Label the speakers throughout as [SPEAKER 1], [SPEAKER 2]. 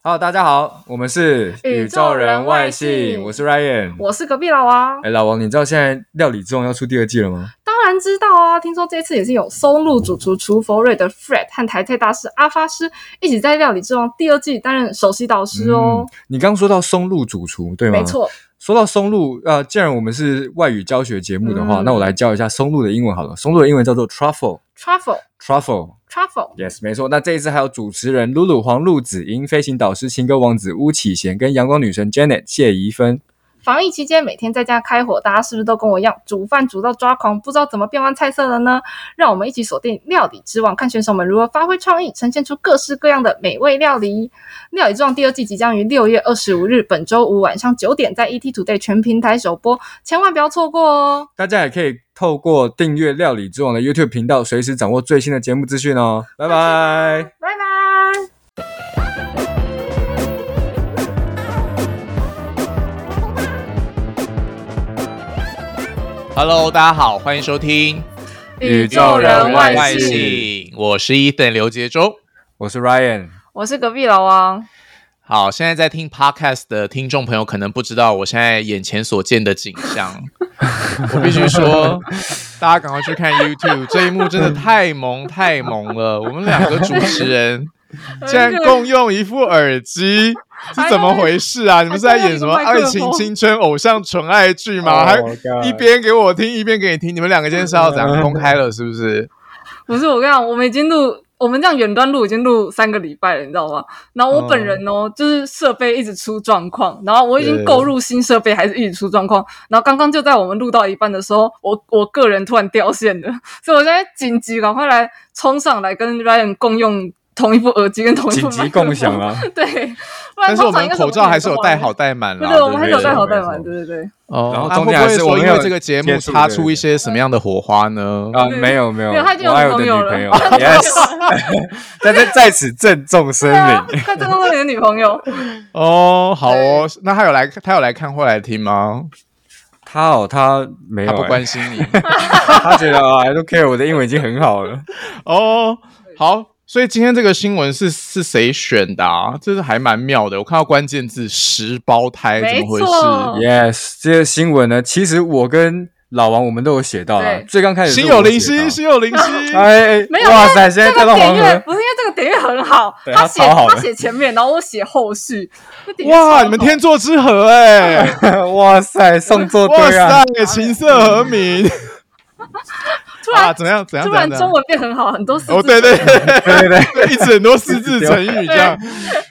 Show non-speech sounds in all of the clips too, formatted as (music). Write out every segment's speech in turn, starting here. [SPEAKER 1] Hello，大家好，我们是
[SPEAKER 2] 宇宙人外星
[SPEAKER 1] 我是 Ryan。
[SPEAKER 2] 我是隔壁老王，
[SPEAKER 1] 哎、老王，你知道现在料理之王要出第二季了吗？
[SPEAKER 2] 当然知道啊。听说这次也是有松露主厨厨佛瑞的 Fred 和台菜大师阿发师一起在《料理之王》第二季担任首席导师哦。
[SPEAKER 1] 嗯你刚说到松露主厨，对吗？
[SPEAKER 2] 没。错，
[SPEAKER 1] 说到松露，呃，既然我们是外语教学节目的话，
[SPEAKER 2] 嗯
[SPEAKER 1] 那我来教一下松露的英文好了。松露的英文叫做 truffle。
[SPEAKER 2] Truffle
[SPEAKER 1] Truffle,
[SPEAKER 2] Truffle，
[SPEAKER 1] yes，没错。那这一次还有主持人露露、黄露子英、飞行导师情歌王子巫启贤跟阳光女神 Janet 谢怡芬。
[SPEAKER 2] 防疫期间每天在家开火，大家是不是都跟我一样煮饭煮到抓狂，不知道怎么变换菜色了呢？让我们一起锁定《料理之王》，看选手们如何发挥创意，呈现出各式各样的美味料理。《料理之王》第二季即将于六月二十五日，本周五晚上九点在 ET Today 全平台首播，千万不要错过哦。
[SPEAKER 1] 大家也可以透过订阅《料理之王》的 YouTube 频道，随时掌握最新的节目资讯哦。拜拜。
[SPEAKER 2] 拜拜。
[SPEAKER 3] Hello，大家好，欢迎收听
[SPEAKER 1] 宇宙人外
[SPEAKER 3] 外
[SPEAKER 1] 星
[SPEAKER 3] 星，我是 Ethan 刘杰忠。
[SPEAKER 1] 我是 Ryan，
[SPEAKER 2] 我是隔壁老王。
[SPEAKER 3] 好，现在在听 Podcast 的听众朋友可能不知道我现在眼前所见的景象，我必须说，大家赶快去看 YouTube，这一幕真的太萌太萌了。我们两个主持人竟然共用一副耳机，是怎么回事啊？你们是在演什么爱情青春偶像纯爱剧吗？还
[SPEAKER 1] Oh my God
[SPEAKER 3] 一边给我听一边给你听，你们两个今天是要怎样公开了是不是？
[SPEAKER 2] 不是我跟你讲，我们已经录，我们这样远端录已经录三个礼拜了，你知道吗？然后我本人哦，就是设备一直出状况，然后我已经
[SPEAKER 3] 对
[SPEAKER 2] 购入新设备，还是一直出状况。然后刚刚就在我们录到一半的时候，我我个人突然掉线了， (laughs) 所以我现在紧急赶快来冲上来跟 Ryan 共用同一副耳机跟同
[SPEAKER 1] (laughs)
[SPEAKER 2] 一
[SPEAKER 1] 紧
[SPEAKER 2] 副
[SPEAKER 1] 急共享
[SPEAKER 2] 了。
[SPEAKER 1] 啊！
[SPEAKER 2] (laughs) 对，不然
[SPEAKER 3] 但是我
[SPEAKER 2] 通常
[SPEAKER 3] 们
[SPEAKER 2] 应该
[SPEAKER 3] 口罩还是有戴好
[SPEAKER 2] 的。
[SPEAKER 3] 戴满
[SPEAKER 2] 对
[SPEAKER 3] 啦，
[SPEAKER 2] 对，我们还是有
[SPEAKER 3] 不
[SPEAKER 2] 戴好戴
[SPEAKER 1] 没
[SPEAKER 2] 满，
[SPEAKER 1] 错
[SPEAKER 2] 对对对，
[SPEAKER 3] 哦，
[SPEAKER 1] 然后
[SPEAKER 3] 啊
[SPEAKER 1] 中间
[SPEAKER 3] 会
[SPEAKER 1] 还
[SPEAKER 3] 不会
[SPEAKER 1] 是我
[SPEAKER 3] 说
[SPEAKER 1] 们
[SPEAKER 3] 因
[SPEAKER 1] 有
[SPEAKER 3] 为这个节目
[SPEAKER 1] 接触
[SPEAKER 3] 擦
[SPEAKER 1] 对
[SPEAKER 3] 出一些什么样的火花呢？
[SPEAKER 1] 啊，没有没有，
[SPEAKER 2] 没有他已经有
[SPEAKER 1] 我爱我的女
[SPEAKER 2] 女朋
[SPEAKER 1] 朋
[SPEAKER 2] 友
[SPEAKER 1] 友
[SPEAKER 2] 了 (laughs)
[SPEAKER 1] ，yes，在 (laughs) 这在此郑重声
[SPEAKER 2] 对啊
[SPEAKER 1] 明，，
[SPEAKER 2] 快追到你的女朋
[SPEAKER 3] (laughs)
[SPEAKER 2] 友，
[SPEAKER 3] 哦，好哦，那他有来他有来看或来听吗？
[SPEAKER 1] 他哦，他没有
[SPEAKER 3] 他不
[SPEAKER 1] 欸，
[SPEAKER 3] 关心你
[SPEAKER 1] (laughs) 他觉得啊，I don't care，我的英文已经很好
[SPEAKER 2] (laughs)
[SPEAKER 1] 了。
[SPEAKER 3] 哦。好，所以今天这个新闻是是谁选的啊？这是还蛮妙的，我看到关键字十胞胎，
[SPEAKER 2] 没
[SPEAKER 3] 怎么回
[SPEAKER 2] 错
[SPEAKER 3] 事？
[SPEAKER 1] Yes，这些新闻呢，其实我跟老王我们都有写到啊
[SPEAKER 2] 对，
[SPEAKER 1] 最刚开始是
[SPEAKER 3] 心有
[SPEAKER 1] 我
[SPEAKER 3] 灵
[SPEAKER 1] 写到
[SPEAKER 3] 犀，心有灵犀。
[SPEAKER 1] (laughs)
[SPEAKER 2] (laughs)
[SPEAKER 1] 哎，哎
[SPEAKER 2] 没有
[SPEAKER 1] 哇塞，
[SPEAKER 2] 这
[SPEAKER 1] 现在跳
[SPEAKER 2] 个
[SPEAKER 1] 到
[SPEAKER 2] 点
[SPEAKER 1] 黄
[SPEAKER 2] 阅
[SPEAKER 1] 河，
[SPEAKER 2] 不是因为这个点阅很好，
[SPEAKER 1] 对
[SPEAKER 2] 他
[SPEAKER 1] 他
[SPEAKER 2] 写
[SPEAKER 1] 超好的
[SPEAKER 2] 写前面，然后我写后续，那点阅超
[SPEAKER 3] 哇，
[SPEAKER 2] 好
[SPEAKER 3] 你们天作之合哎、
[SPEAKER 1] (laughs) 哇塞，上座
[SPEAKER 3] 哇
[SPEAKER 1] (laughs) 对啊
[SPEAKER 3] 塞，，琴瑟和鸣
[SPEAKER 2] 突
[SPEAKER 3] 啊！
[SPEAKER 2] 然
[SPEAKER 3] 怎么样？怎样？
[SPEAKER 2] 突
[SPEAKER 3] 怎样
[SPEAKER 2] 然
[SPEAKER 3] 怎
[SPEAKER 2] 中
[SPEAKER 3] 样？
[SPEAKER 2] 文变很好，很多字
[SPEAKER 3] 哦，对对对，
[SPEAKER 1] 对对对，
[SPEAKER 3] (laughs) 一直很多四字成语这样，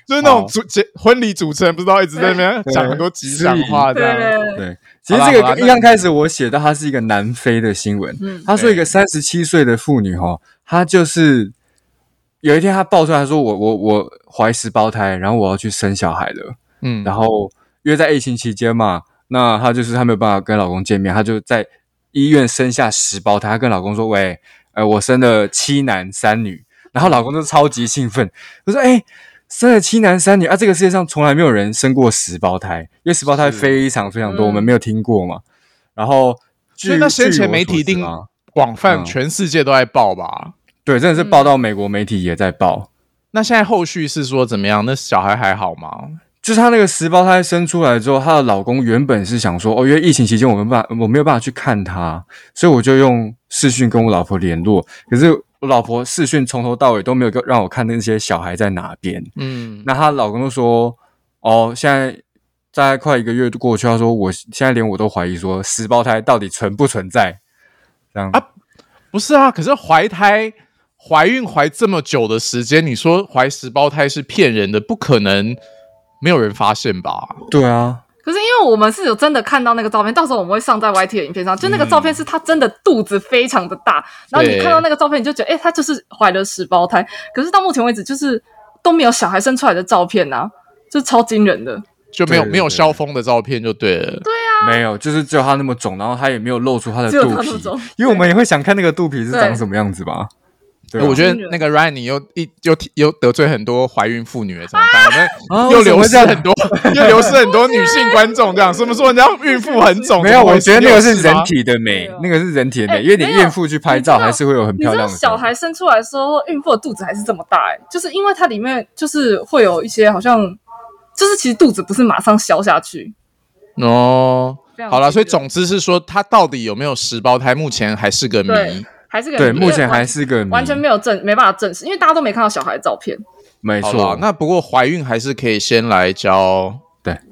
[SPEAKER 3] 就是那
[SPEAKER 1] 好
[SPEAKER 3] 种主结婚礼主持人不知道一直在那边
[SPEAKER 1] 哦对
[SPEAKER 3] 讲很多吉祥话这
[SPEAKER 2] 对
[SPEAKER 3] 样。
[SPEAKER 2] 对
[SPEAKER 1] 对，其实这
[SPEAKER 3] 好啦好
[SPEAKER 1] 个
[SPEAKER 3] 啦
[SPEAKER 1] 一刚开始我写到，它是一个南非的新闻。
[SPEAKER 2] 嗯
[SPEAKER 1] 他说一个三十七岁的妇女哈、哦，她就是有一天她爆出来说我我我怀十胞胎，然后我要去生小孩了，
[SPEAKER 3] 嗯
[SPEAKER 1] 然后约在疫情期间嘛，那她就是她没有办法跟老公见面，她就在医院生下十胞胎，她跟老公说喂，呃，我生了七男三女，
[SPEAKER 3] 嗯
[SPEAKER 1] 然后老公就超级兴奋，我说哎。生了七男三女啊！这个世界上从来没有人生过十胞胎，因为十胞胎
[SPEAKER 3] 是
[SPEAKER 1] 非常非常多，
[SPEAKER 2] 嗯
[SPEAKER 1] 我们没有听过嘛。然后，据
[SPEAKER 3] 所以那先前
[SPEAKER 1] 据我
[SPEAKER 3] 媒体
[SPEAKER 1] 所知
[SPEAKER 3] 定
[SPEAKER 1] 啊
[SPEAKER 3] 广
[SPEAKER 1] 嗯
[SPEAKER 3] 泛，全世界都在报吧？
[SPEAKER 1] 对，真的是报到美国媒体也在报，
[SPEAKER 3] 那现在后续是说怎么样？那小孩还好吗？
[SPEAKER 1] 就是她那个十胞胎生出来之后，她的老公原本是想说，哦，因为疫情期间我们办我没有办法去看她，所以我就用视讯跟我老婆联络，可是我老婆视讯从头到尾都没有给让我看那些小孩在哪边，
[SPEAKER 3] 嗯，
[SPEAKER 1] 那她老公就说：“哦，现在大概快一个月过去，她说我现在连我都怀疑说十胞胎到底存不存在。”这样
[SPEAKER 3] 啊不是啊，可是怀胎。怀孕怀这么久的时间，你说怀十胞胎是骗人的，不可能没有人发现吧？
[SPEAKER 1] 对啊，
[SPEAKER 2] 可是因为我们是有真的看到那个照片，到时候我们会上在 YT 的影片上，就那个照片是她真的肚子非常的大，然后你
[SPEAKER 3] 嗯对
[SPEAKER 2] 看到那个照片，你就觉得哎，诶她就是怀了十胞胎，可是到目前为止就是都没有小孩生出来的照片呐，就超惊人的。
[SPEAKER 3] 就没有
[SPEAKER 1] 对对
[SPEAKER 3] 没有
[SPEAKER 1] 对
[SPEAKER 3] 萧峰的照片就对了。
[SPEAKER 1] 没有，就是只有她那么肿，然后她也没有露出她的
[SPEAKER 2] 只有
[SPEAKER 1] 肚
[SPEAKER 2] 她那
[SPEAKER 1] 皮
[SPEAKER 2] 么肿，
[SPEAKER 1] 因为我们也会想看那个肚皮是
[SPEAKER 2] 对
[SPEAKER 1] 长什么样子吧。对
[SPEAKER 3] 哎
[SPEAKER 1] 啊
[SPEAKER 3] 我觉得
[SPEAKER 2] 真的
[SPEAKER 3] 那个 Ryan，你又一又提又得罪很多怀孕妇女了，怎么办？我
[SPEAKER 1] 啊
[SPEAKER 3] 们又
[SPEAKER 1] 为什么
[SPEAKER 3] 流
[SPEAKER 1] 会
[SPEAKER 3] 失
[SPEAKER 1] 这样
[SPEAKER 3] 很多，又流失很多女性观众，这样是不是说人家孕妇很肿？
[SPEAKER 1] 没有，
[SPEAKER 3] 怎么
[SPEAKER 1] 我
[SPEAKER 3] 回
[SPEAKER 1] 觉
[SPEAKER 3] 事
[SPEAKER 1] 得那个
[SPEAKER 3] 你
[SPEAKER 1] 是
[SPEAKER 3] 有事吗
[SPEAKER 1] 人体的美
[SPEAKER 2] 对啊，
[SPEAKER 1] 那个是人体的
[SPEAKER 2] 哎
[SPEAKER 1] 美，因为你
[SPEAKER 2] 没有
[SPEAKER 1] 孕妇去拍照
[SPEAKER 2] 你知道
[SPEAKER 1] 还是会有很
[SPEAKER 2] 你
[SPEAKER 1] 漂
[SPEAKER 2] 知道
[SPEAKER 1] 亮的
[SPEAKER 2] 小
[SPEAKER 1] 照片。
[SPEAKER 2] 孩生出来的时候，孕妇的肚子还是这么大、欸，就是因为它里面就是会有一些好像，就是其实肚子不是马上消下去。
[SPEAKER 3] 哦
[SPEAKER 2] 非。常
[SPEAKER 3] 好了，所以
[SPEAKER 2] 记得
[SPEAKER 3] 总之是说，她到底有没有十胞胎，目前还是个谜。
[SPEAKER 2] 对，还是个
[SPEAKER 1] 对，
[SPEAKER 2] 谜
[SPEAKER 1] 目前还
[SPEAKER 2] 完
[SPEAKER 1] 是个谜
[SPEAKER 2] 完全没有证，没办法证实，因为大家都没看到小孩的照片。
[SPEAKER 1] 没
[SPEAKER 3] 好了
[SPEAKER 1] 错，。
[SPEAKER 3] 那不过怀孕还是可以先来教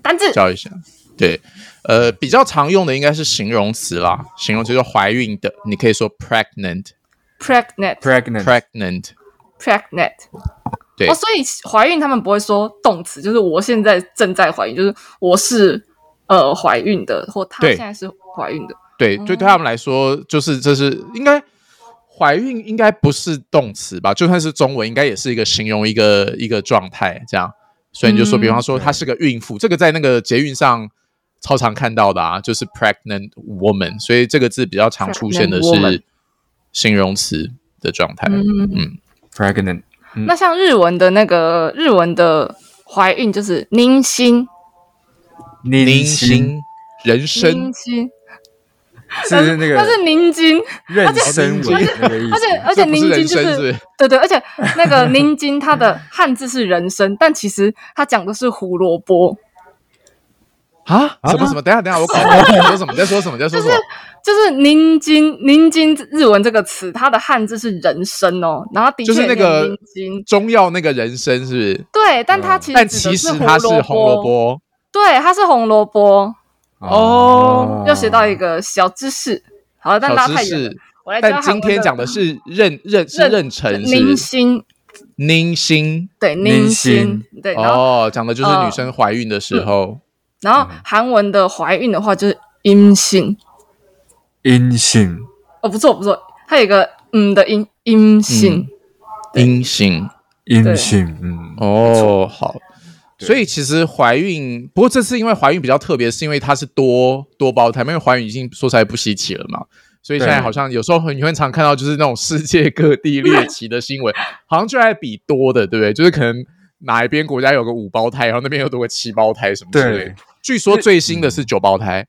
[SPEAKER 2] 但是
[SPEAKER 3] 教一下。对，呃，比较常用的应该是形容词啦，形容词就是怀孕的，你可以说 pregnant，pregnant。
[SPEAKER 2] pregnant
[SPEAKER 1] pregnant
[SPEAKER 2] pregnant，
[SPEAKER 3] 对
[SPEAKER 2] 哦，所以怀孕他们不会说动词，就是我现在正在怀孕，就是我是呃怀孕的，或她
[SPEAKER 3] 对
[SPEAKER 2] 现在是怀孕的。
[SPEAKER 3] 对，对，对他们来说，就是这是应该怀孕应该不是动词吧？就算是中文，应该也是一个形容一个一个状态这样。所以你就说，
[SPEAKER 2] 嗯
[SPEAKER 3] 比方说她是个孕妇，这个在那个捷运上超常看到的啊，就是 pregnant woman。所以这个字比较常出现的
[SPEAKER 2] Pregnant woman 嗯
[SPEAKER 3] 是形容词的状态。嗯
[SPEAKER 1] pregnant
[SPEAKER 2] 那像日文的那个日文的怀孕就是宁心，
[SPEAKER 1] 宁
[SPEAKER 3] 零
[SPEAKER 1] 心
[SPEAKER 3] 星人
[SPEAKER 2] 宁
[SPEAKER 3] 生，
[SPEAKER 2] 心，
[SPEAKER 1] 是不是那
[SPEAKER 2] 它
[SPEAKER 1] 个
[SPEAKER 2] 是宁金，
[SPEAKER 1] 妊娠纹那个意
[SPEAKER 2] 而且
[SPEAKER 1] 思。
[SPEAKER 2] 而且
[SPEAKER 3] 嗯这不是
[SPEAKER 2] 宁金就
[SPEAKER 3] 人生
[SPEAKER 2] 是
[SPEAKER 3] 是
[SPEAKER 2] 对对，而且那个宁金它的汉字是人参，但其实它讲的是胡萝卜，
[SPEAKER 3] 啊？什么什么？等一下等一下，我搞不懂你说什么？你在说什么？你在说什么？
[SPEAKER 2] 就是宁金宁金日文这个词，它的汉字是人参哦，然后的确
[SPEAKER 3] 就是那
[SPEAKER 2] 也
[SPEAKER 3] 个
[SPEAKER 2] 念宁金，
[SPEAKER 3] 中药那个人生是不是？
[SPEAKER 2] 对，但它其实
[SPEAKER 3] 但
[SPEAKER 2] 指的
[SPEAKER 3] 其实它是红萝，卜。
[SPEAKER 2] 对，它是红萝卜，
[SPEAKER 3] 哦
[SPEAKER 2] 又学到一个小知识。好了，但
[SPEAKER 3] 小
[SPEAKER 2] 拉
[SPEAKER 3] 知
[SPEAKER 2] 太远了
[SPEAKER 3] 识，，
[SPEAKER 2] 我来教
[SPEAKER 3] 但今天讲的是妊妊是
[SPEAKER 2] 妊
[SPEAKER 3] 妊娠
[SPEAKER 2] 宁
[SPEAKER 3] 是
[SPEAKER 2] 心，
[SPEAKER 3] 宁心
[SPEAKER 2] 对，
[SPEAKER 1] 宁
[SPEAKER 2] 宁
[SPEAKER 1] 心
[SPEAKER 2] 心，对，然后
[SPEAKER 3] 哦，嗯讲的就是
[SPEAKER 2] 呃
[SPEAKER 3] 女生怀孕的时候
[SPEAKER 2] 然后韩文的怀孕的话就是阴性，
[SPEAKER 1] 阴性
[SPEAKER 2] 哦，不错不错，它有一个嗯的阴阴性，
[SPEAKER 3] 嗯阴性
[SPEAKER 1] 阴性，嗯，
[SPEAKER 3] 哦，好。
[SPEAKER 1] 对
[SPEAKER 3] 所以其实怀孕，不过这次因为怀孕比较特别，是因为它是多多胞胎，因为怀孕已经说出来不稀奇了嘛。所以现在
[SPEAKER 1] 对
[SPEAKER 3] 好像有时候你会常看到，就是那种世界各地猎奇的 (laughs) 新闻，好像就在比多的，对不对？就是可能哪一边国家有个五胞胎，然后那边又多个七胞胎什么之类的
[SPEAKER 1] 对。
[SPEAKER 3] 据说最新的是九胞胎，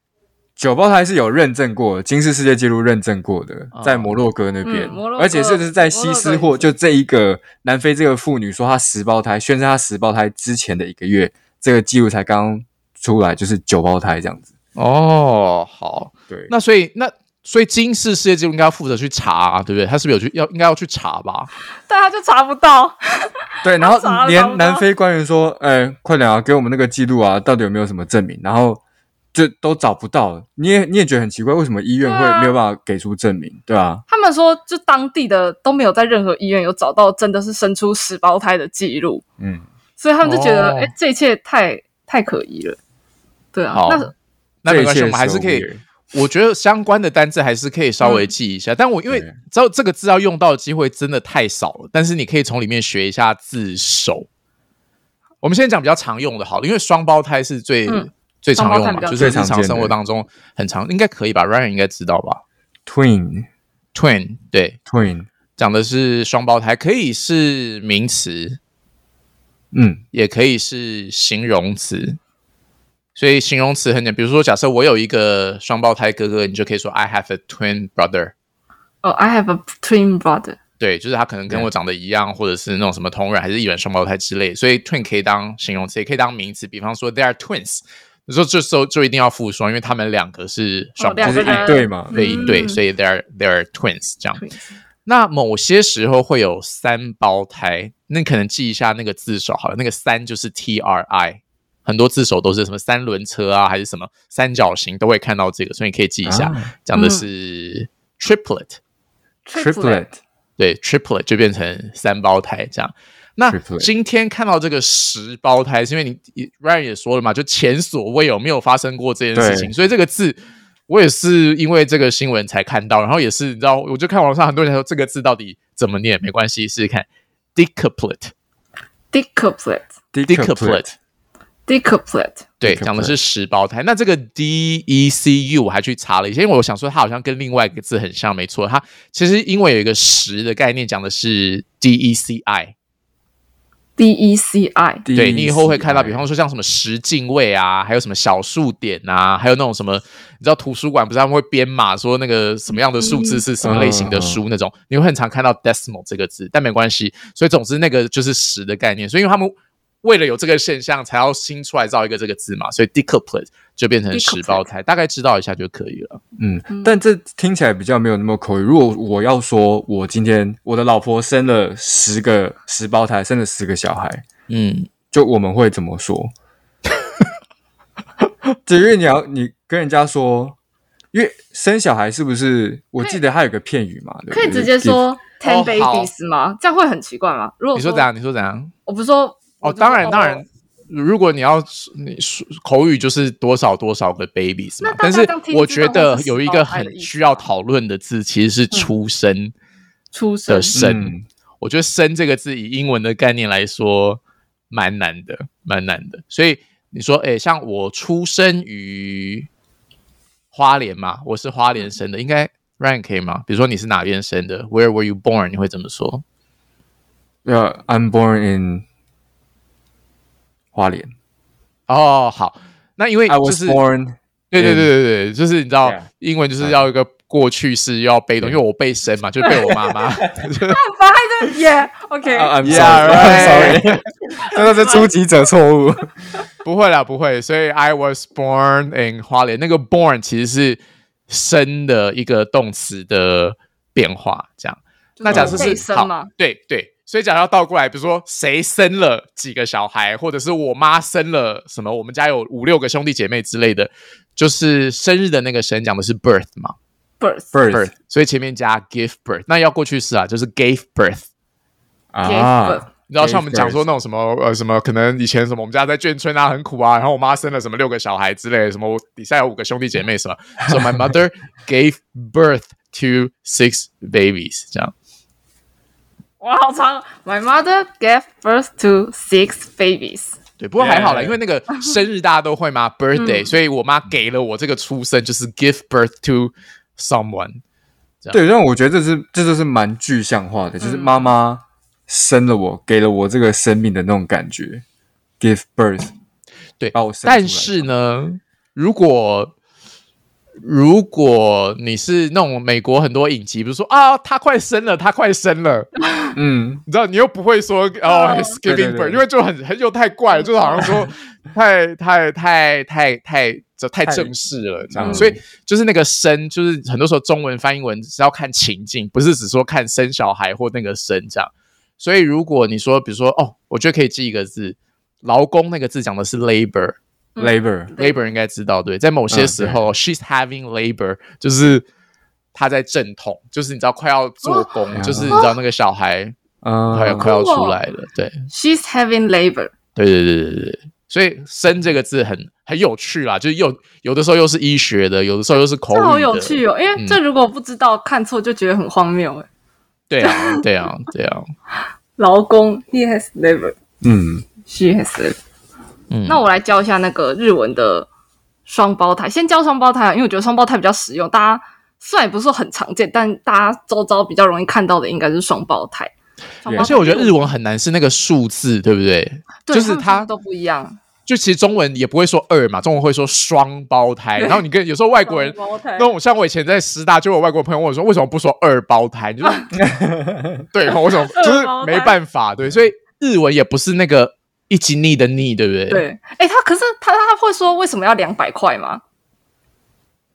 [SPEAKER 1] 九胞胎是有认证过的，金氏世界纪录认证过的
[SPEAKER 3] 哦，
[SPEAKER 1] 在摩洛哥那边
[SPEAKER 2] 嗯摩洛，哥
[SPEAKER 1] 而且甚至在西斯
[SPEAKER 2] 摩洛
[SPEAKER 1] 霍，就这一个南非这个妇女说她十胞胎，宣称她十胞胎之前的一个月，这个记录才刚出来，就是九胞胎这样子。
[SPEAKER 3] 哦，好，
[SPEAKER 1] 对，
[SPEAKER 3] 那所以那所以金氏世界纪录应该要负责去查、啊对不对？他是不是有去要应该要去查吧？
[SPEAKER 2] 但他就查不到，
[SPEAKER 1] 对，然后
[SPEAKER 2] 他查了找不
[SPEAKER 1] 连
[SPEAKER 2] 到
[SPEAKER 1] 南非官员说：“哎、快点啊，给我们那个记录啊，到底有没有什么证明？”然后就都找不到，你也你也觉得很奇怪，为什么医院
[SPEAKER 2] 对啊
[SPEAKER 1] 会没有办法给出证明？对啊，
[SPEAKER 2] 他们说就当地的都没有在任何医院有找到真的是生出十胞胎的记录，
[SPEAKER 1] 嗯，
[SPEAKER 2] 所以他们就觉得
[SPEAKER 3] 哦
[SPEAKER 2] 哎、诶这一切太太可疑了，对啊
[SPEAKER 3] 好，
[SPEAKER 2] 那
[SPEAKER 3] 那没关系，
[SPEAKER 1] 这
[SPEAKER 3] 我
[SPEAKER 1] 一切
[SPEAKER 3] 们还是
[SPEAKER 1] so
[SPEAKER 3] 可以
[SPEAKER 1] weird。
[SPEAKER 3] 我觉得相关的单字还是可以
[SPEAKER 2] 嗯
[SPEAKER 3] 稍微记一下，但我因为
[SPEAKER 1] 对
[SPEAKER 3] 知道这个字要用到的机会真的太少了，但是你可以从里面学一下字首。我们现在讲比较常用的，好了，因为双胞胎是最、
[SPEAKER 2] 嗯
[SPEAKER 3] 最常用
[SPEAKER 2] 双胞胎
[SPEAKER 3] 的嘛，
[SPEAKER 2] 比较
[SPEAKER 3] 就是日
[SPEAKER 1] 最常
[SPEAKER 3] 常
[SPEAKER 1] 见的
[SPEAKER 3] 生活当中很常，应该可以吧？Ryan 应该知道吧
[SPEAKER 1] twin
[SPEAKER 3] ？Twin 对，
[SPEAKER 1] twin，
[SPEAKER 3] 讲的是双胞胎，可以是名词，
[SPEAKER 1] 嗯，
[SPEAKER 3] 也可以是形容词。所以形容词很简单，比如说，假设我有一个双胞胎哥哥，你就可以说 I have a twin brother。
[SPEAKER 2] 哦、i have a twin brother，
[SPEAKER 3] 对，就是他可能跟我长得一样，或者是那种什么同人还是异卵双胞胎之类，所以 twin 可以当形容词，也可以当名词。比方说 they are twins，你说这时候就一定要复双，因为他们两个是双胞
[SPEAKER 1] 就
[SPEAKER 2] 哦两
[SPEAKER 1] 是
[SPEAKER 2] 个人
[SPEAKER 1] 一对嘛，
[SPEAKER 3] 对一对，
[SPEAKER 2] 嗯
[SPEAKER 3] 所以 they are they are twins 这样。
[SPEAKER 2] twins
[SPEAKER 3] 那某些时候会有三胞胎，那你可能记一下那个字首好了，那个三就是 T R I，很多字首都是什么三轮车啊，还是什么三角形都会看到这个，所以你可以记一下，
[SPEAKER 1] 啊
[SPEAKER 3] 讲
[SPEAKER 2] 嗯
[SPEAKER 3] 的是 triplet，、
[SPEAKER 1] triplet
[SPEAKER 3] 对 triplet 就变成三胞胎这样。那
[SPEAKER 1] Triplet
[SPEAKER 3] 今天看到这个十胞胎，是因为你你 Ryan 也说了嘛，就前所未有没有发生过这件事情，
[SPEAKER 1] 对
[SPEAKER 3] 所以这个字我也是因为这个新闻才看到，然后也是你知道，我就看网上很多人说这个字到底怎么念，没关系，试试看 decuplet
[SPEAKER 2] decuplet
[SPEAKER 1] decuplet
[SPEAKER 3] decuplet
[SPEAKER 2] Decuplet，
[SPEAKER 3] 对，
[SPEAKER 1] Decuplet
[SPEAKER 3] 讲的是十胞胎。那这个 D E C U 我还去查了一下，因为我想说它好像跟另外一个字很像，没错。它其实因为有一个十的概念，讲的是 D E C I。
[SPEAKER 2] D E C I，
[SPEAKER 3] 对你以后会看到，比
[SPEAKER 1] 方。
[SPEAKER 3] 方说像什么十进位啊，还有什么小数点啊，还有那种什么，你知道图书馆不是他们会编码说那个什么样的数字是什么类型的书那种，你会很常看到 decimal 这个字，但没关系。所以总之那个就是十的概念，所以因为他们为了有这个现象，才要新出来造一个这个字嘛，所以 decuplet 就变成
[SPEAKER 2] Decuplet
[SPEAKER 3] 十胞胎，大概知道一下就可以了。
[SPEAKER 1] 嗯，但这听起来比较没有那么口语。如果我要说，我今天我的老婆生了十个十胞胎，生了十个小孩，
[SPEAKER 3] 嗯，
[SPEAKER 1] 就我们会怎么说？ (laughs) 只因为你要你跟人家说，因为生小孩是不是？我记得它有个片语嘛，对不
[SPEAKER 2] 可
[SPEAKER 1] 对
[SPEAKER 2] 以直接，说 ten
[SPEAKER 3] 哦好
[SPEAKER 2] babies 吗？这样会很奇怪吗？如果
[SPEAKER 3] 你说怎样？你说怎样？
[SPEAKER 2] 我不是说
[SPEAKER 3] 哦，
[SPEAKER 2] 我就
[SPEAKER 3] 当
[SPEAKER 2] 说
[SPEAKER 3] 然，当然。如果你要呃你说口语就是多少多少个 baby 是
[SPEAKER 2] 那
[SPEAKER 3] 吗？
[SPEAKER 2] 大
[SPEAKER 3] 但
[SPEAKER 2] 家
[SPEAKER 3] 是
[SPEAKER 2] 这样听
[SPEAKER 3] 我
[SPEAKER 2] 知
[SPEAKER 3] 觉
[SPEAKER 2] 道
[SPEAKER 3] 得
[SPEAKER 2] 它是
[SPEAKER 3] 有一
[SPEAKER 2] 胞
[SPEAKER 3] 个
[SPEAKER 2] 胎的
[SPEAKER 3] 很
[SPEAKER 2] 意思
[SPEAKER 3] 需要
[SPEAKER 2] 吗
[SPEAKER 3] 讨论的字，其实是出生
[SPEAKER 2] 出生
[SPEAKER 3] 的生。
[SPEAKER 1] 嗯，
[SPEAKER 3] 我觉得“生”这个字以英文的概念来说，蛮难的，蛮难的。所以你说，诶，像我出生于花莲嘛，我是花莲
[SPEAKER 2] 嗯
[SPEAKER 3] 生的，应该 Ryan 可以吗？比如说你是哪边生的，Where were you born？你会怎么说？
[SPEAKER 1] 要嗯呃 I'm born in 花莲
[SPEAKER 3] 哦，好，那因为
[SPEAKER 1] ，I
[SPEAKER 3] 就
[SPEAKER 1] was
[SPEAKER 3] 是
[SPEAKER 1] born
[SPEAKER 3] 对对对对对，就是你知道
[SPEAKER 1] Yeah，
[SPEAKER 3] 英文就是要一个过去式，又要被动，因为我被生嘛，就被我妈妈。
[SPEAKER 2] 反正耶
[SPEAKER 1] (laughs)
[SPEAKER 2] ，OK，
[SPEAKER 1] 啊。I'm
[SPEAKER 3] Yeah,
[SPEAKER 1] sorry，I'm (laughs) sorry，真的是初级者错 (laughs) 误。
[SPEAKER 3] 不会啦，不会。所以 I was born in 花莲，那个 born 其实是生的一个动词的变化，这样。那假设
[SPEAKER 2] 被
[SPEAKER 3] 是
[SPEAKER 2] 生
[SPEAKER 3] 好
[SPEAKER 2] 嘛，
[SPEAKER 3] 对对，所以假如要倒过来，比如说谁生了几个小孩，或者是我妈生了什么，我们家有五六个兄弟姐妹之类的，就是生日的那个生讲的是 birth 嘛
[SPEAKER 2] birth
[SPEAKER 1] Birth
[SPEAKER 3] ，birth，所以前面加 give birth，那要过去式啊，就是 gave birth。
[SPEAKER 2] birth
[SPEAKER 1] 啊，
[SPEAKER 3] 你知道，像我们讲说那种什么呃什么，可能以前什么我们家在眷村啊很苦啊，然后我妈生了什么六个小孩之类的，什么我底下有五个兄弟姐妹什
[SPEAKER 1] (laughs)
[SPEAKER 3] 么，so my mother gave birth to six babies，这样
[SPEAKER 2] 哇，好长。My mother gave birth to six babies。
[SPEAKER 3] 对。不过还好啦
[SPEAKER 1] Yeah. 嗯
[SPEAKER 3] 因为那个生日大家都会
[SPEAKER 1] (laughs)
[SPEAKER 3] 嘛，birthday，、所以我妈给了我这个出生就是 give birth to someone，
[SPEAKER 1] 对，让我觉得这是这就是蛮具象化的，就是妈妈生了我，给了我这个生命的那种感觉，give birth。
[SPEAKER 3] 对
[SPEAKER 1] 把我生出来
[SPEAKER 3] 但是呢，如果如果你是那种美国很多影集，比如说啊，她快生了，她快生了。
[SPEAKER 1] 嗯，
[SPEAKER 3] 你知道，你又不会说哦
[SPEAKER 2] 嗯
[SPEAKER 3] s
[SPEAKER 1] 对
[SPEAKER 3] k i p p i
[SPEAKER 1] 对对嗯
[SPEAKER 3] n g bird，因为就很很又太怪了，就是好像
[SPEAKER 1] (laughs)
[SPEAKER 3] 说太太太太太这太
[SPEAKER 1] 太
[SPEAKER 3] 正式了这样，
[SPEAKER 1] 嗯
[SPEAKER 3] 所以就是那个生，就是很多时候中文翻英文是要看情境，不是只说看生小孩或那个生这样。所以如果你说，比如说哦，我觉得可以记一个字，劳工那个字讲的是 labor，
[SPEAKER 2] 嗯
[SPEAKER 1] labor，
[SPEAKER 2] 对
[SPEAKER 3] labor 应该知道，对，在某些时
[SPEAKER 1] 嗯
[SPEAKER 3] 候、she's having labor，就是她在阵痛，就是你知道快要做工，
[SPEAKER 1] 哦
[SPEAKER 3] 就是你知道那个小孩快要
[SPEAKER 1] 嗯，
[SPEAKER 3] 快要
[SPEAKER 2] 哦
[SPEAKER 3] 出来了，对，
[SPEAKER 2] She's having labor。
[SPEAKER 3] 对对对对对对，所以“生”这个字很很有趣啦，就是又有的时候又是医学的，有的时候又是口语
[SPEAKER 2] 这
[SPEAKER 3] 的，
[SPEAKER 2] 好有趣哦，因
[SPEAKER 3] 嗯
[SPEAKER 2] 为这如果不知道看错，就觉得很荒谬哎。
[SPEAKER 3] 对啊，对啊，对啊，
[SPEAKER 2] 劳工，He has labor。
[SPEAKER 1] 嗯，
[SPEAKER 2] She has labor。
[SPEAKER 3] 嗯，
[SPEAKER 2] 那我来教一下那个日文的双胞胎，先教双胞胎啊，因为我觉得双胞胎比较实用。大家虽然也不是说很常见，但大家周遭比较容易看到的应该是双胞胎。双胞胎
[SPEAKER 3] 而且我觉得日文很难是那个数字，对不对？
[SPEAKER 2] 对
[SPEAKER 3] 就是
[SPEAKER 2] 他们
[SPEAKER 3] 它
[SPEAKER 2] 都不一样。
[SPEAKER 3] 就其实中文也不会说二嘛，中文会说双胞胎，然后你跟有时候外国人。
[SPEAKER 2] 双胞胎
[SPEAKER 3] 那种像我以前在师大，就有外国朋友问我说：“为什么不说二胞胎？”你就对，我为什么就是
[SPEAKER 2] 啊二胞胎
[SPEAKER 3] 没办法？对，所以日文也不是那个一级逆的逆，对不啊对？，
[SPEAKER 2] 对，哎，他可是他他会说为什么要两百块吗？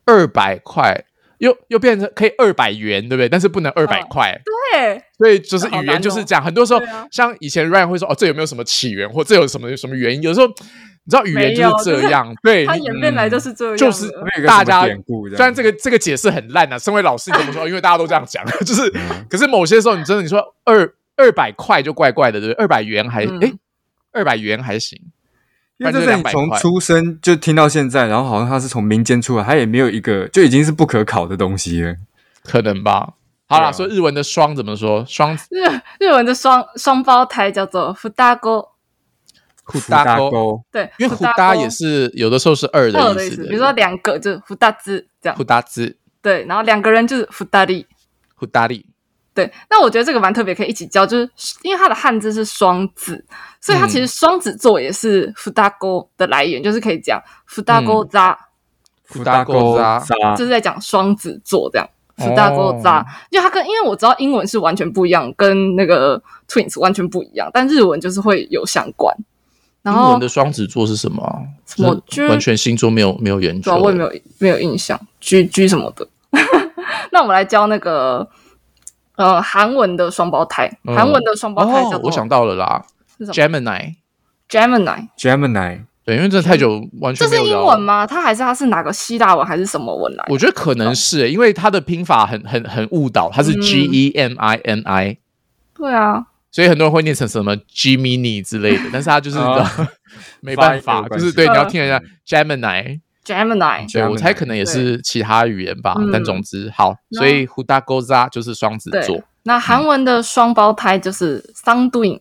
[SPEAKER 3] 二百块，又又变成可以二百元，对不对？但是不能二百块，
[SPEAKER 2] 嗯对，
[SPEAKER 3] 所以就是
[SPEAKER 2] 好
[SPEAKER 3] 语
[SPEAKER 2] 难
[SPEAKER 3] 言
[SPEAKER 2] 哦
[SPEAKER 3] 就是这样。很多时候
[SPEAKER 2] 对啊，
[SPEAKER 3] 像以前 Ryan 会说哦，这有没有什么起源，或这有什么什么原因？有时候你知道语言就是这样，对，
[SPEAKER 2] 他
[SPEAKER 3] 哎你嗯
[SPEAKER 2] 演变来就是这样了，
[SPEAKER 3] 就是
[SPEAKER 1] 有一个
[SPEAKER 3] 大
[SPEAKER 1] 什么
[SPEAKER 3] 家
[SPEAKER 1] 典故这样
[SPEAKER 3] 虽然这个这个解释很烂啊，身为老师你怎
[SPEAKER 2] (laughs)
[SPEAKER 3] 么说？因为大家都这样讲，就是，
[SPEAKER 1] 嗯
[SPEAKER 3] (laughs) 可是某些时候你真的你说二二百块就怪怪的，对不对？二百元还
[SPEAKER 2] 嗯
[SPEAKER 3] 诶，二百元还行，
[SPEAKER 1] 因为这是你从出生就听到现在，然后好像它是从民间出来，它也没有一个就已经是不可考的东西了。
[SPEAKER 3] 可能吧。好
[SPEAKER 1] 对
[SPEAKER 3] 啦，
[SPEAKER 1] 啊
[SPEAKER 3] 所以日文的双怎么说？双
[SPEAKER 2] 日日文的双双胞胎叫做 f u d a g o
[SPEAKER 3] 苦
[SPEAKER 1] 福大
[SPEAKER 3] 沟，
[SPEAKER 1] 沟，
[SPEAKER 2] 对，
[SPEAKER 3] 因为虎大也是有的时候是二
[SPEAKER 2] 哦二
[SPEAKER 3] 的
[SPEAKER 2] 的意
[SPEAKER 3] 思
[SPEAKER 2] 思，
[SPEAKER 3] 的，
[SPEAKER 2] 比如说两个就是福大兹这样
[SPEAKER 3] 虎，大兹、
[SPEAKER 2] 对，然后两个人就是福大利。
[SPEAKER 3] 虎大利，
[SPEAKER 2] 对，那我觉得这个蛮特别，可以一起教，就是因为它的汉字是双子，所以它
[SPEAKER 3] 嗯
[SPEAKER 2] 其实双子座也是福大沟的来源，就是可以讲福大
[SPEAKER 3] 嗯
[SPEAKER 2] 沟渣，
[SPEAKER 3] 福大沟
[SPEAKER 1] 扎
[SPEAKER 3] 扎，
[SPEAKER 2] 就是在讲双子座这样。福大沟
[SPEAKER 3] 哦
[SPEAKER 2] 渣，因为它跟因为我知道英文是完全不一样，跟那个 twins 完全不一样，但日文就是会有相关。然
[SPEAKER 3] 英
[SPEAKER 2] 后
[SPEAKER 3] 文的双子座是什么啊？
[SPEAKER 2] 什么
[SPEAKER 3] 就是
[SPEAKER 2] 就是
[SPEAKER 3] 完全星座没有没有研
[SPEAKER 2] 主
[SPEAKER 3] 究
[SPEAKER 2] 要
[SPEAKER 3] 欸，
[SPEAKER 2] 啊我也没有没有印象，G G 什么的。 (laughs) 那我们来教那个呃韩文的双胞胎，
[SPEAKER 3] 嗯
[SPEAKER 2] 韩文的双胞胎叫
[SPEAKER 3] 哦
[SPEAKER 2] 做，
[SPEAKER 3] 我想到了啦
[SPEAKER 2] 是什么
[SPEAKER 3] ，Gemini，
[SPEAKER 2] Gemini，
[SPEAKER 1] Gemini，
[SPEAKER 3] 对，因为真的太久完
[SPEAKER 2] 这
[SPEAKER 3] 全没
[SPEAKER 2] 是
[SPEAKER 3] 有
[SPEAKER 2] 英
[SPEAKER 3] 聊
[SPEAKER 2] 文吗？它还是它是哪个希腊文还是什么文来的？
[SPEAKER 3] 哦我觉得可能是欸、因为它的拼法很很很误导，它是
[SPEAKER 2] 嗯
[SPEAKER 3] G E M I N I，
[SPEAKER 2] 对啊，
[SPEAKER 3] 所以很多人会念成什么 Gemini 之类的，
[SPEAKER 2] (laughs)
[SPEAKER 3] 但是它就是
[SPEAKER 1] 啊
[SPEAKER 3] (laughs) 没办
[SPEAKER 1] 发
[SPEAKER 3] 法，
[SPEAKER 1] 音有
[SPEAKER 3] 就
[SPEAKER 1] 关系
[SPEAKER 3] 是
[SPEAKER 2] 嗯
[SPEAKER 3] 对你要听人家 Gemini，
[SPEAKER 2] Gemini，
[SPEAKER 3] 对我
[SPEAKER 1] Gemini
[SPEAKER 3] 猜可能也是其他语言吧
[SPEAKER 2] 嗯，
[SPEAKER 3] 但总之好，所以 h u d a g o z a 就是双子座嗯
[SPEAKER 2] 对。那韩文的双胞胎就是 Sundoin，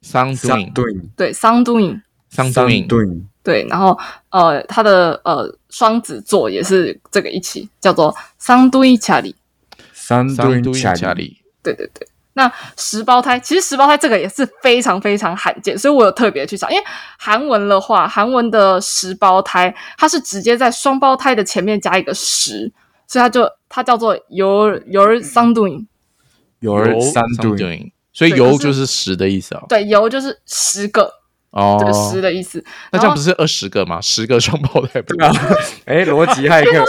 [SPEAKER 3] s u n d u i n
[SPEAKER 1] ，Sundoin，
[SPEAKER 2] 对 Sundoin，
[SPEAKER 3] s u n d u i n
[SPEAKER 2] 对，然后呃，它的呃双子座也是这个一起叫做 Sundoin c h a r i
[SPEAKER 3] s u n d u i n 家
[SPEAKER 1] Sundoin，Sundoin，
[SPEAKER 3] 里
[SPEAKER 2] 对对对。那十胞胎，其实十胞胎这个也是非常非常罕见，所以我有特别去找，因为韩文的话，韩文的十胞胎它是直接在双胞胎的前面加一个十，所以它就它叫做 your your s o n d o i n
[SPEAKER 1] 有 Sundoin，
[SPEAKER 3] Sundoin，所以
[SPEAKER 2] 对
[SPEAKER 3] 油
[SPEAKER 2] 可是
[SPEAKER 3] 就是十的意思哦。
[SPEAKER 2] 对 your 就是十个这个十
[SPEAKER 3] 哦，
[SPEAKER 2] 的意思。
[SPEAKER 3] 那
[SPEAKER 2] 然
[SPEAKER 3] 这样
[SPEAKER 2] 后
[SPEAKER 3] 不是二十个吗？十个双胞胎不
[SPEAKER 1] 对啊，哎，逻辑骇客，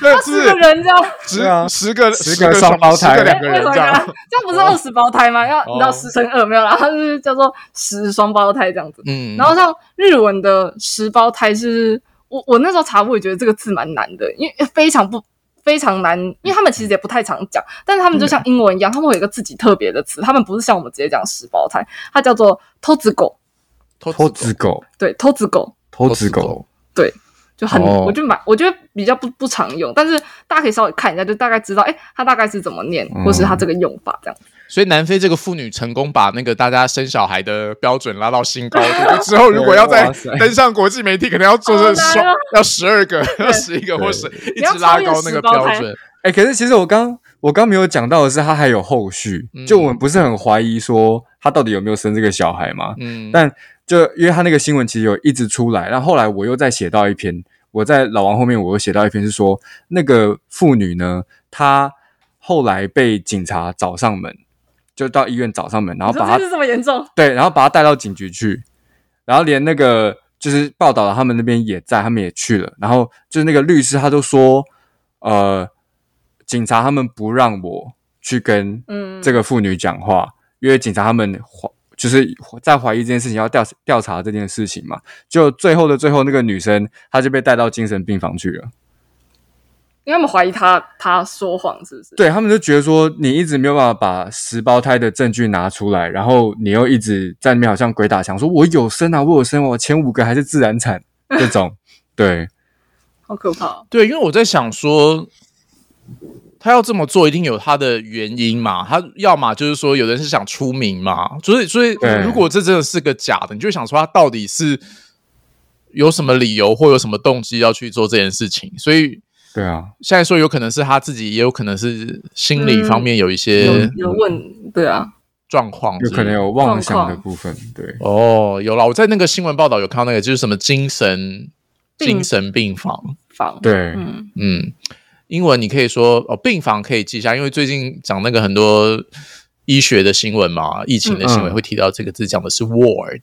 [SPEAKER 3] 对，
[SPEAKER 2] 十个人这样，
[SPEAKER 3] 十
[SPEAKER 1] 对啊
[SPEAKER 3] 十个
[SPEAKER 1] 十个双胞胎
[SPEAKER 3] 十个两个
[SPEAKER 2] 为
[SPEAKER 3] 人
[SPEAKER 2] 什么
[SPEAKER 3] 这
[SPEAKER 2] 这样
[SPEAKER 3] 样。？
[SPEAKER 2] 这样不是二十胞胎吗？要你知道
[SPEAKER 3] 哦
[SPEAKER 2] 十乘二没有啦，它就是叫做十双胞胎这样子。
[SPEAKER 3] 嗯，
[SPEAKER 2] 然后像日文的十胞胎是，我我那时候查我也觉得这个字蛮难的，因为非常不非常难，因为他们其实也不太常讲，但是他们就像英文一
[SPEAKER 3] 嗯
[SPEAKER 2] 样，他们会有一个自己特别的词，他们不是像我们直接讲十胞胎，它叫做偷子狗，
[SPEAKER 1] 偷子狗，
[SPEAKER 2] 对，偷子狗
[SPEAKER 1] 偷子狗，
[SPEAKER 2] 就很，
[SPEAKER 3] 哦
[SPEAKER 2] 我就蛮我觉得比较不不常用，但是大家可以稍微看一下，就大概知道，哎，它大概是怎么念，
[SPEAKER 3] 嗯
[SPEAKER 2] 或是它这个用法这样。
[SPEAKER 3] 所以南非这个妇女成功把那个大家生小孩的标准拉到新高度，之后如果要再
[SPEAKER 1] 哇塞
[SPEAKER 3] 登上国际媒体，可能要做
[SPEAKER 2] 好
[SPEAKER 3] 这
[SPEAKER 2] 难
[SPEAKER 3] 双
[SPEAKER 2] 哦
[SPEAKER 3] 要十二个、要十一个，或是一直拉高那个标准。
[SPEAKER 1] 哎，可是其实我刚我刚没有讲到的是，他还有后续
[SPEAKER 3] 嗯，
[SPEAKER 1] 就我们不是很怀疑说他到底有没有生这个小孩嘛？
[SPEAKER 3] 嗯，
[SPEAKER 1] 但就因为他那个新闻其实有一直出来，然后后来我又再写到一篇，我在老王后面我又写到一篇是说那个妇女呢，她后来被警察找上门，就到医院找上门，然
[SPEAKER 2] 你
[SPEAKER 1] 后
[SPEAKER 2] 说
[SPEAKER 1] 把
[SPEAKER 2] 这
[SPEAKER 1] 她
[SPEAKER 2] 是这么严重？
[SPEAKER 1] 对，然后把她带到警局去，然后连那个就是报道他们那边也在，他们也去了，然后就是那个律师他都说，呃，警察他们不让我去跟
[SPEAKER 2] 嗯，
[SPEAKER 1] 这个妇女讲话，因为警察他们怀就是在怀疑这件事情，要调调查这件事情嘛。就最后的最后，那个女生她就被带到精神病房去了。
[SPEAKER 2] 因为他们怀疑他他说谎是不是？
[SPEAKER 1] 对他们就觉得说，你一直没有办法把十胞胎的证据拿出来，然后你又一直在那边好像鬼打墙，说我有生啊，我有生，我前五个还是自然
[SPEAKER 2] (laughs)
[SPEAKER 1] 产这种。对，
[SPEAKER 2] 好可怕哦。
[SPEAKER 3] 对，因为我在想说，他要这么做一定有他的原因嘛。他要么就是说，有的人是想出名嘛，所以所以
[SPEAKER 1] 对
[SPEAKER 3] 如果这真的是个假的，你就会想说他到底是有什么理由或有什么动机要去做这件事情，所以。
[SPEAKER 1] 对啊，
[SPEAKER 3] 现在说有可能是他自己，也有可能是心理方面有
[SPEAKER 1] 呃
[SPEAKER 3] 一
[SPEAKER 2] 有
[SPEAKER 3] 些
[SPEAKER 2] 有问对啊，
[SPEAKER 3] 状况之
[SPEAKER 1] 嗯有
[SPEAKER 3] 类的，
[SPEAKER 1] 可能有妄
[SPEAKER 2] 状
[SPEAKER 1] 想的
[SPEAKER 2] 况
[SPEAKER 1] 部分。对，
[SPEAKER 3] 哦，有啦，我在那个新闻报道有看到那个，就是什么精神
[SPEAKER 2] 病
[SPEAKER 3] 精神病房，
[SPEAKER 2] 房
[SPEAKER 1] 对
[SPEAKER 2] 嗯，
[SPEAKER 3] 嗯，英文你可以说哦，病房可以记下，因为最近讲那个很多医学的新闻嘛，疫情的新闻
[SPEAKER 1] 嗯
[SPEAKER 3] 会提到这个字，讲的是 ward。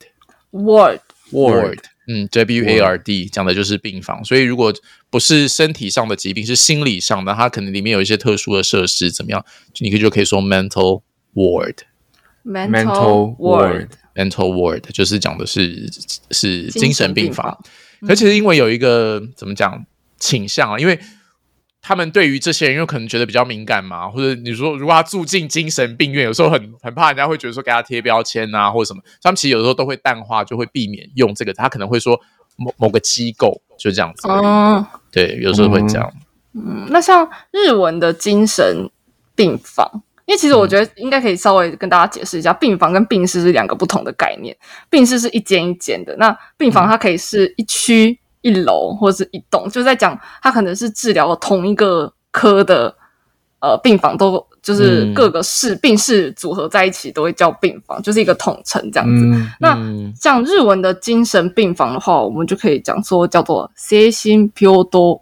[SPEAKER 2] word，
[SPEAKER 1] Ward
[SPEAKER 3] 嗯，W A R D 讲的就是病房，所以如果不是身体上的疾病，是心理上的，它可能里面有一些特殊的设施，怎么样？你可以就可以说 mental ward，mental
[SPEAKER 1] mental
[SPEAKER 2] word，
[SPEAKER 1] ward
[SPEAKER 3] ward 就是讲的是是精
[SPEAKER 2] 精
[SPEAKER 3] 神
[SPEAKER 2] 神
[SPEAKER 3] 病
[SPEAKER 2] 病
[SPEAKER 3] 房
[SPEAKER 2] 房。
[SPEAKER 3] 可其实因为有一个怎么讲倾向啊，因为他们对于这些人有可能觉得比较敏感嘛，或者你说如果他住进精神病院，有时候很很怕人家会觉得说给他贴标签啊或者什么，他们其实有时候都会淡化，就会避免用这个，他可能会说某某个机构就这样子而已，
[SPEAKER 2] 嗯
[SPEAKER 3] 对，有时候会这样，
[SPEAKER 2] 嗯，那像日文的精神病房，因因为其实我觉得应该可以稍微跟大家解释一下，病房跟病室是两个不同的概念。病室是一间一间的，那病房它可以是一区、一楼或者是一栋，就在讲它可能是治疗同一个科的呃病房都。就是
[SPEAKER 3] 嗯
[SPEAKER 2] 各个室、病室组合在一起都会叫病房，就是一个统称这样子。
[SPEAKER 1] 嗯
[SPEAKER 2] 那
[SPEAKER 3] 嗯
[SPEAKER 2] 像日文的精神病房的话，我们就可以讲说叫做精神病棟，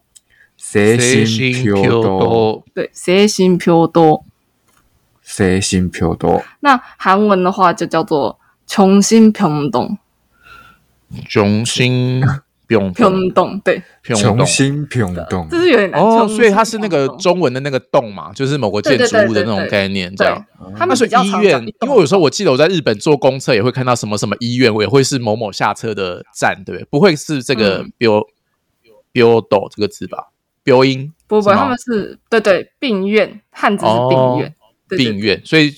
[SPEAKER 1] 谁心飘多，
[SPEAKER 2] 对，精神病棟。
[SPEAKER 1] 谁心飘多，
[SPEAKER 2] 那韩文的话就叫做穷心平洞，
[SPEAKER 3] 雄心 (laughs) 平
[SPEAKER 2] 平洞，对，
[SPEAKER 3] 平
[SPEAKER 1] 重新平动，
[SPEAKER 2] 啊这是有点难。
[SPEAKER 3] 哦，
[SPEAKER 2] 穷
[SPEAKER 3] 所以它是那个
[SPEAKER 2] 心平
[SPEAKER 3] 中文的那个洞嘛，就是某个建筑物的那种概念，这
[SPEAKER 2] 对
[SPEAKER 3] 样。
[SPEAKER 2] 等他
[SPEAKER 3] 那
[SPEAKER 2] 们
[SPEAKER 3] 所
[SPEAKER 2] 比
[SPEAKER 3] 以
[SPEAKER 2] 较
[SPEAKER 3] 医
[SPEAKER 2] 常
[SPEAKER 3] 院
[SPEAKER 2] 讲一，
[SPEAKER 3] 因
[SPEAKER 2] 栋
[SPEAKER 3] 为有时候我记得我在日本坐公车也会看到什么什么医院，我也会是某某下车的站，对不对？不会是这个
[SPEAKER 2] 嗯
[SPEAKER 3] “biu biu do” 这个字吧？biu 音
[SPEAKER 2] 不不，
[SPEAKER 3] 什么
[SPEAKER 2] 他们是对对病院，汉字是病院，对对
[SPEAKER 3] 哦病院，所以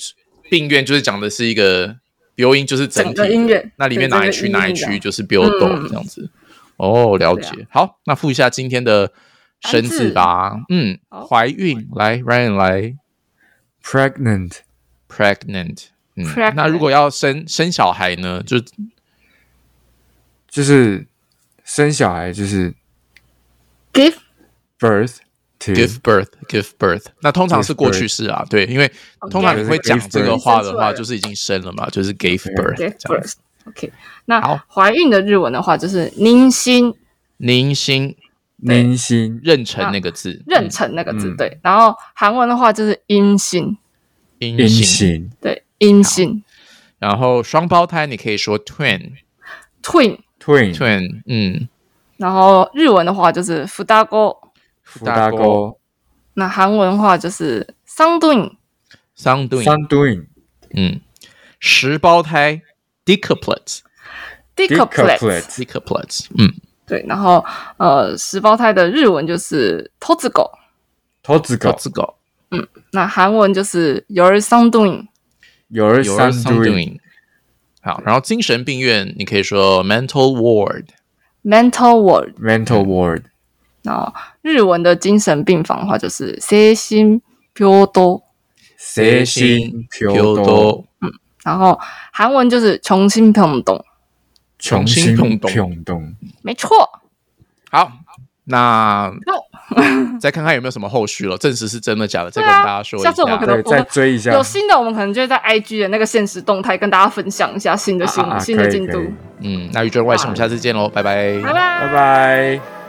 [SPEAKER 3] 病院就是讲的是一个 biu 音，就是整
[SPEAKER 2] 整
[SPEAKER 3] 体
[SPEAKER 2] 个医院，
[SPEAKER 3] 那里面
[SPEAKER 2] 对
[SPEAKER 3] 哪一区哪
[SPEAKER 2] 整个
[SPEAKER 3] 一？
[SPEAKER 2] 医
[SPEAKER 3] 区
[SPEAKER 2] 院
[SPEAKER 3] 就是 biu do
[SPEAKER 2] 嗯
[SPEAKER 3] 这样子。哦，了
[SPEAKER 2] 对啊
[SPEAKER 3] 解。好，那复一下今天的生字吧。嗯，
[SPEAKER 2] 好
[SPEAKER 3] 怀孕来，Ryan 来。
[SPEAKER 1] pregnant
[SPEAKER 3] pregnant。嗯
[SPEAKER 2] Pregnant
[SPEAKER 3] 那如果要生生小孩呢，就
[SPEAKER 1] 就是生小孩就是
[SPEAKER 2] give
[SPEAKER 1] birth to
[SPEAKER 3] give birth，give birth。那通常是
[SPEAKER 1] Give
[SPEAKER 3] 过去式啊，对，因为通常你会讲这个话的话，
[SPEAKER 2] Okay
[SPEAKER 3] 就是已经生了嘛，就是 gave
[SPEAKER 2] give
[SPEAKER 3] birth 这样子。
[SPEAKER 2] birth。OK，那
[SPEAKER 3] 好
[SPEAKER 2] 怀孕的日文的话就是妊娠、
[SPEAKER 3] 宁心
[SPEAKER 1] 年薪
[SPEAKER 3] 妊娠那个字，
[SPEAKER 2] 妊娠那个字、
[SPEAKER 1] 嗯
[SPEAKER 2] 对，然后韩文的话就是阴性，
[SPEAKER 3] 嗯
[SPEAKER 1] 阴
[SPEAKER 3] 阴性。
[SPEAKER 1] 性
[SPEAKER 2] 对，阴性
[SPEAKER 3] 然后双胞胎你可以说 twin，twin，
[SPEAKER 2] twin，
[SPEAKER 1] twin
[SPEAKER 3] 嗯，
[SPEAKER 2] 然后日文的话就是福大哥，
[SPEAKER 1] 福大
[SPEAKER 3] 哥
[SPEAKER 1] 哥
[SPEAKER 2] 那韩文的话就是桑顿，
[SPEAKER 3] 三对，
[SPEAKER 1] 三 doing
[SPEAKER 3] 嗯，十胞胎 decuplets，decuplets，
[SPEAKER 2] d e c o p l e t
[SPEAKER 3] 嗯，
[SPEAKER 2] 对，然后呃，十胞胎的日文就是 t o z g o
[SPEAKER 1] 投资
[SPEAKER 3] 各
[SPEAKER 1] 狗
[SPEAKER 3] 自狗。
[SPEAKER 2] 那韩文就是有人桑顿，
[SPEAKER 1] 有人
[SPEAKER 3] 有人
[SPEAKER 1] 三
[SPEAKER 3] some
[SPEAKER 1] doing
[SPEAKER 3] doing。好，然后精神病院你可以说 mental ward，
[SPEAKER 2] mental ward，
[SPEAKER 1] mental ward
[SPEAKER 2] 然后日文的精神病房的话就是精神病棟，
[SPEAKER 1] 谁心飘多，
[SPEAKER 3] 多，
[SPEAKER 2] 然后韩文就是穷心平等，
[SPEAKER 1] 穷心平动，
[SPEAKER 2] 没错，
[SPEAKER 3] 好，那 (laughs) 再看看有没有什么后续了，证实是真的假的，再
[SPEAKER 2] 对
[SPEAKER 3] 跟
[SPEAKER 2] 啊
[SPEAKER 3] 大家说一
[SPEAKER 2] 下次我们可能
[SPEAKER 1] 对，再追一下
[SPEAKER 2] 有新的我们可能就会在 IG 的那个现实动态跟大家分享一下新的新
[SPEAKER 1] 啊啊
[SPEAKER 2] 新的
[SPEAKER 1] 可以
[SPEAKER 2] 进
[SPEAKER 1] 可
[SPEAKER 2] 度
[SPEAKER 1] 以，
[SPEAKER 3] 嗯，那宇宙外星，我们下次见喽，拜拜，
[SPEAKER 2] 拜拜
[SPEAKER 1] 拜。拜。